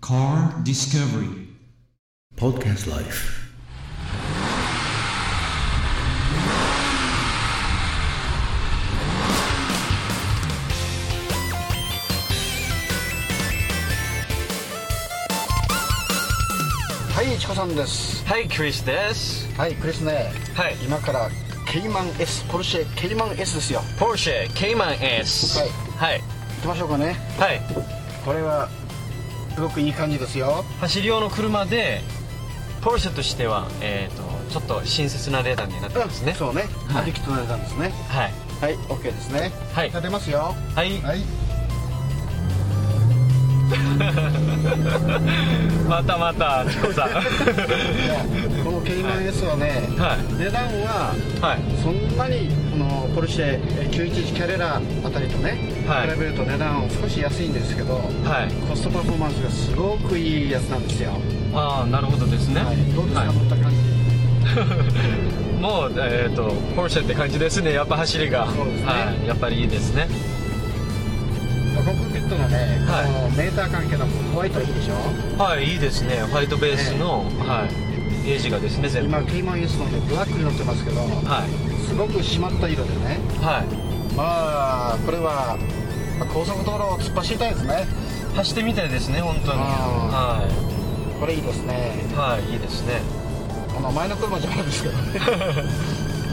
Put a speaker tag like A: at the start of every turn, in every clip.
A: Car Discovery
B: Podcast Life.
C: はい、チコさんです。
D: はい、クリスです。
C: はい、クリスね。
D: はい
C: 今からケイマン S、ポルシェケイマン S ですよ。
D: ポルシェ、ケイマン S。
C: はい
D: はい。
C: 行きましょうかね。
D: はい。
C: これはすごくいい感じですよ。
D: 走り用の車で、ポルシェとしては、えっ、と、ちょっと親切な値段になってますね。
C: そうね。
D: はい
C: アディクトなれたんですね。
D: はい。
C: はい、オッケーですね。
D: はい
C: じゃあ出ますよ。
D: はい。
C: はい。
D: またまた、チコ さん。
C: じゃあこのケイマン S はね、
D: はい
C: 値段は
D: はい。
C: そんなにこのポルシェえー911キャレラあたりとね、
D: はい
C: 比べると値段は少し安いんですけど、
D: はい。
C: コストパフォーマンスがすごくいいやつなんですよ。
D: ああ、なるほどですね。
C: はい、どうですか、
D: はい
C: 乗った感じ。
D: もう、えっ、と、ポルシェって感じですね。やっぱ走りが。
C: そうですね
D: はい。やっぱりいいですね。
C: コックピットのね、
D: はい
C: このメーター関係のホワイトいいでしょ
D: はい、いいですね。ホワイトベースの、はい。ゲージがですね、全部。
C: 今
D: はい。
C: ケイマン S のねブラックに乗ってますけどすごく締まった色でね
D: はい。
C: まあこれはまあ高速道路を突っ走りたいですね
D: 走ってみたいですね、本当に。
C: あ
D: はい。
C: これいいですね
D: はい、いいです ね。
C: この前の車じゃないですけどね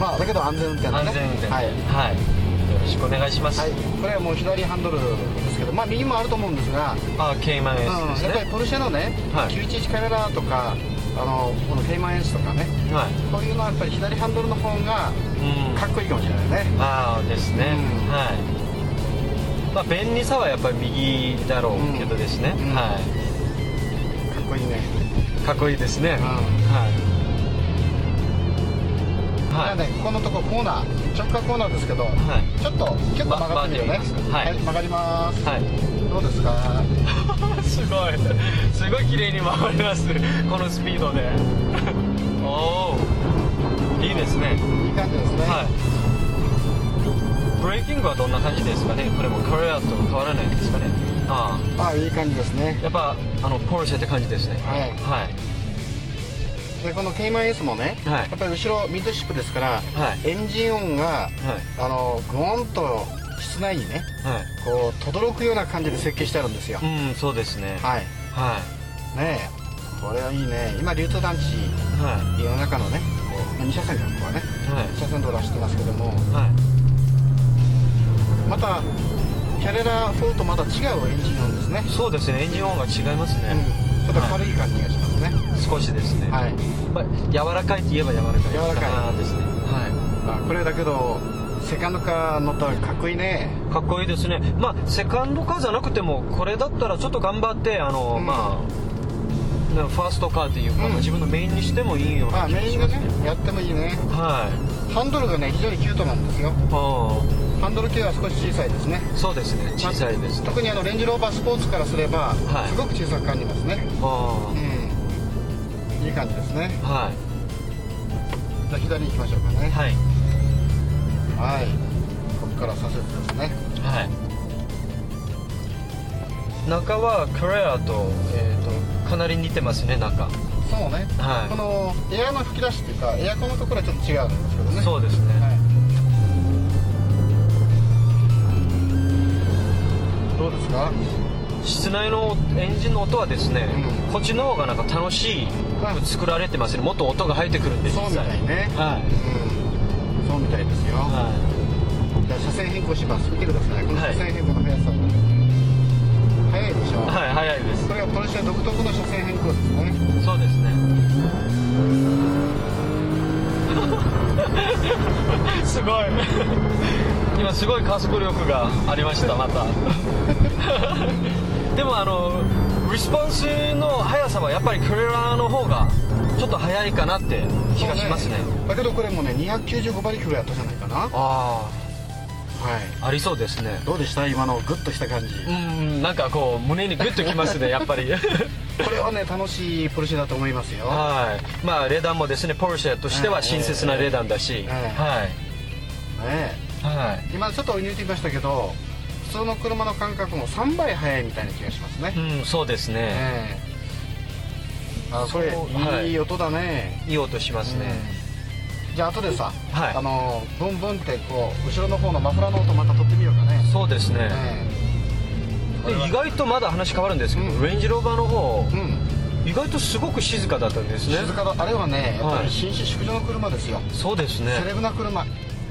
C: まあだけど安全運転だね
D: 安全運転。
C: はい、
D: よろしくお願いします。
C: はい、これはもう左ハンドルですけどまあ右もあると思うんですが、
D: あ、ケイマン S
C: うん
D: です
C: やっぱり
D: ね。
C: ポルシェのね、
D: はい
C: 911カメラとかあのこのケイマン S とかね
D: はい。
C: こういうのはやっぱり左ハンドルの方が
D: うん。
C: かっこいいかもしれないね
D: ああ、ですね。
C: うん
D: はい。まあ、便利さはやっぱり右だろうけどですね。
C: うんうん
D: は
C: かっこいいね、
D: い。かっこいいですね。
C: うんは、
D: はい。はいい。
C: ねここのとこコーナー直角コーナーですけど、
D: はい
C: ちょっとキュッと曲がってみるね
D: ば曲がってみますはい
C: 曲がります、
D: はい。
C: どうですか
D: すごいすごい綺麗に回りますこのスピードで おおいいですね
C: いい感じですね、
D: はいブレーキングはどんな感じですかねこれもカレアと変わらないですかねあ
C: ああいい感じですね
D: あやっぱあのポルシェって感じですね
C: はい
D: はい
C: でこの K-S もね、
D: はい
C: やっぱり後ろミッドシップですから、
D: はい
C: エンジン音があのグオンと室内にね
D: はい、
C: こう轟くような感じで設計してあるんですよ、
D: はい、うんそうですね
C: はい
D: は
C: ねえこれはいいね今流通団地
D: いは
C: 家の中のねこう2車線がここはね
D: いはい
C: 2車線道路走ってますけども
D: はい
C: またキャレラ4とまた違うエンジンなんですね、
D: そうですねエンジン音が違います
C: う
D: ね、
C: ん、ちょっと軽い感じがしますね
D: 少しですね、
C: はい、
D: まあ、柔らかいといえば柔らかい
C: 柔らか
D: いですねはい
C: あこれだけどセカンドカー乗ったらかっこいいね
D: かっこいいですねまあセカンドカーじゃなくてもこれだったらちょっと頑張ってあの、
C: うん
D: まあねファーストカーっていうか、まあ
C: うん
D: 自分のメインにしてもいいよう
C: ま
D: な
C: あ
D: 気が
C: メイ
D: し
C: ン
D: ま
C: が
D: す
C: ねやってもいいね
D: はい
C: ハンドルがね非常にキュートなんですよ
D: あ
C: ハンドル系は少し小さいですね
D: あそうですね小さいですね
C: 特にあのレンジローバースポーツからすれば、
D: はい
C: すごく小さく感じますね
D: あ
C: うんいい感じですね
D: あは
C: じゃあ左に行きましょうかね
D: いはい
C: はいここから左折ですね
D: はい中はクレアと,、えー、とかなり似てますね中、
C: そうね、
D: はい
C: このエアの吹き出しっていうかエアコンのところはちょっと違うんですけどね
D: そうですね、
C: はいどうですか
D: 室内のエンジンの音はですね、
C: うん
D: こっちの方がなんか楽しい
C: はい
D: 作られてますねもっと音が入ってくるんで実
C: そう
D: 際
C: みたいね
D: はい
C: うんそうみたいですよ、
D: は
C: じゃあ車線変更します見てくださいこの車線変更の速さ、速いでしょ、
D: い、はい、早いです
C: これがポルシェ独特の車線変更ですね
D: そうですねすごい今すごい加速力がありましたまたでもあのリスポンスの速さはやっぱりクレラの方がちょっと速いかなって気がしますね
C: そうだけどこれもね295馬力ぐらいあったじゃないかなは
D: あ
C: い
D: あありそうですね
C: どうでした今のグッとした感じ、
D: うんなんかこう胸にグッときます ねやっぱり
C: これはね楽しいポルシェだと思いますよ
D: はいまあレダンもですねポルシェとしては親切なレダンだし、
C: ええ
D: はい
C: ねえ
D: はい
C: 今ちょっと追い抜いてみましたけど普通の車の感覚も3倍速いみたいな気がしますね、
D: うんそうですね
C: ええあこれ
D: そうはい
C: いい音だね、
D: いい音しますね、
C: じゃあ後でさ、
D: はい
C: あのブンブンってこう後ろの方のマフラーの音また取ってみようかね、
D: そうですね、
C: ええ
D: で意外とまだ話変わるんですけど、
C: うん
D: レンジローバーの方
C: うん
D: 意外とすごく静かだったんですね
C: 静かだあれはねやっぱ
D: はい
C: り紳士淑女の車ですよ、
D: そうです
C: セレ
D: ね
C: ブな車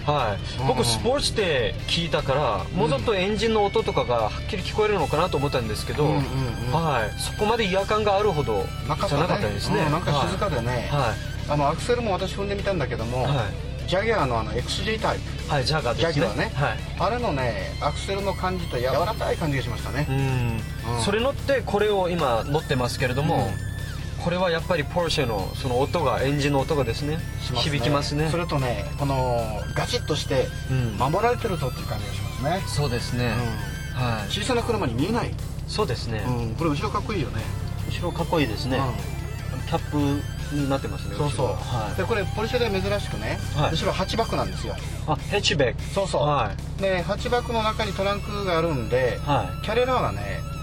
D: はい、
C: うん
D: 僕スポーツで聞いたからもうちょっとエンジンの音とかがはっきり聞こえるのかなと思ったんですけど、
C: うんうんうん
D: はい、そこまで違和感があるほど
C: なかっ
D: じ
C: たね
D: ゃなかったですね、
C: うんなんか静かでね、
D: は
C: あのアクセルも私踏んでみたんだけども、
D: い、は
C: ジャギャーのあの XJ タイプ
D: いはい、ジャガー
C: ジ
D: で
C: ャ
D: す
C: ギ
D: ね
C: はね、
D: はい
C: あれのねアクセルの感じと柔らかい感じがしましたね、
D: うん
C: うん
D: それ乗ってこれを今乗ってますけれども、これはやっぱりポルシェのその音がエンジンの音がですね
C: しますね
D: 響きますね
C: それとねこのガチッとして
D: うん
C: 守られてるぞっていう感じがしますね、
D: そうですね、
C: うん
D: はい
C: 小さな車に見えない、
D: そうですね、
C: うん、これ後ろかっこいいよね
D: 後ろかっこいいですね、キャップになってます
C: う
D: ね
C: ん、そうそう、
D: 後ろは
C: でこれポルシェでは珍しくね、
D: はい
C: 後ろハッチバックなんですよ
D: い、あヘッチベック
C: そうそう、
D: は
C: でハッチバックの中にトランクがあるんで、
D: は
C: キャレラはね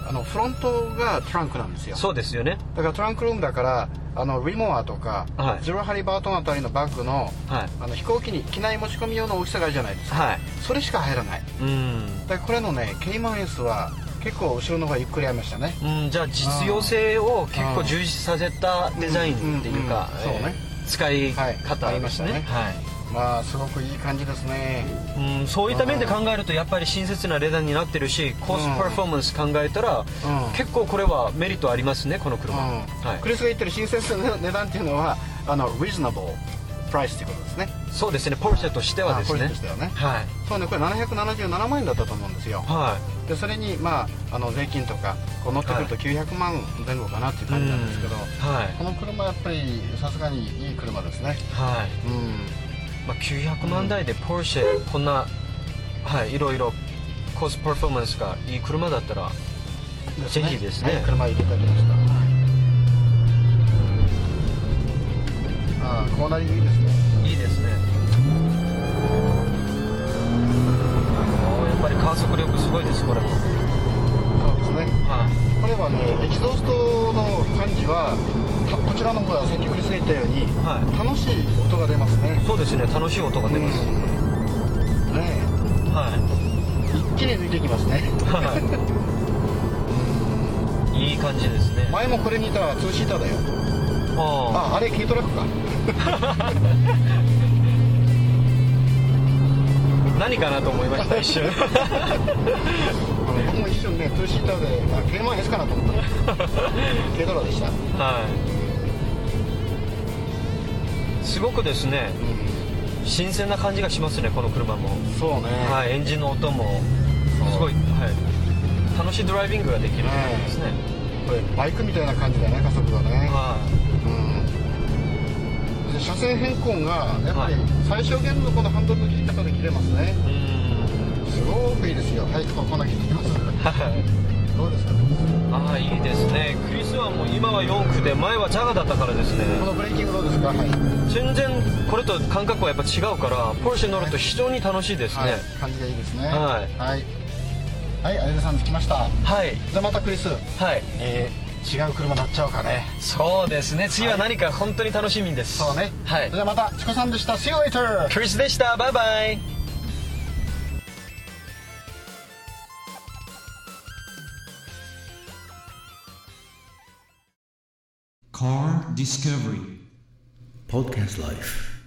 C: あのフロントがトランクなんですよ
D: いそうですよね
C: だからトランクルームだからあのリモアとか、
D: はい
C: ゼロハリバートンあたりのバッグの
D: はい
C: あの飛行機に機内持ち込み用の大きさがあるじゃないですか
D: はい
C: それしか入らない
D: うん
C: だからこれのねケイマン S は結構後ろの方がゆっくりありましたね
D: うん、じゃあ実用性を結構充実させたデザインっていうか、
C: うんうんうんそうね
D: えー使い
C: はいあ
D: 方
C: り
D: で
C: まし
D: す
C: た
D: ね,、
C: ね
D: はい
C: まあすごくいい感じですね
D: うん、そういった面で考えるとやっぱり親切な値段になってるしコス
C: うん
D: トパフォーマンス考えたら、
C: ん
D: 結構これはメリットありますねこの
C: うん
D: 車、はい
C: ク、リスが言ってる新設の値段っていうのはあの reasonable price ってことですね
D: そうですねポルシェとしてはです
C: あポルシェ
D: ね
C: としてはね
D: はい、
C: そうねこれ777万円だったと思うんですよ
D: は
C: でそれにまああの税金とかこう乗ってくると900万前後かなっていう
D: い、
C: 感じなんですけど、
D: はい
C: この車やっぱりさすがにいい車ですね
D: はい
C: うん
D: まあ、900万台でポルシェこんな、はい、いろいろコストパフォーマンスがいい車だったらぜひですね
C: はい、車入れてありました、ああコーナリングいいですね
D: いいですねおーやっぱり加速力すごいですこれも、
C: そうですね
D: は
C: これはねエキゾーストの感じはたこちらの方が先ほど過ぎたように、
D: は
C: 楽しい音が出ますね
D: い、そうですね楽しい音が出ます、
C: うんね
D: は
C: え一気に抜いていきますね
D: い、 いい感じですね
C: 前もこれにいたツーシーターだよ
D: あ
C: ああれ軽トラックか
D: ー何かなと思いました一 瞬
C: あの僕も一瞬ねツーシーターであ軽マン S かなと思った軽トラでした、うん、
D: はいすごくですね新鮮な感じがしますねこの車も、
C: そうね、
D: はいエンジンの音もすごい、はい、楽しいドライビングができる感じですね、
C: これバイクみたいな感じだね加速がね、
D: はい
C: うんで車線変更がやっぱり
D: はい
C: 最小限のこのハンドルの切り方で切れますね
D: うーん
C: すごくいいですよはいここの切ってます
D: はい
C: どうですか
D: ああいいですねクリスはもう今は4駆で前はジャガだったからですね
C: このブレーキングどうですかはい、はい
D: 全然これと感覚はやっぱ違うからポルシェ乗ると非常に楽しいですね
C: 感じがいいですね
D: はい
C: はいはい綾部さん着きました
D: はい
C: じゃあまたクリス
D: はい
C: えー、違う車乗っちゃおうかね
D: そうですね次は何か本当に楽しみです
C: そうね
D: はい
C: じゃあまたチコさんでした See you later
D: クリスでしたバイバイ
A: Car Discovery.
B: Podcast Life.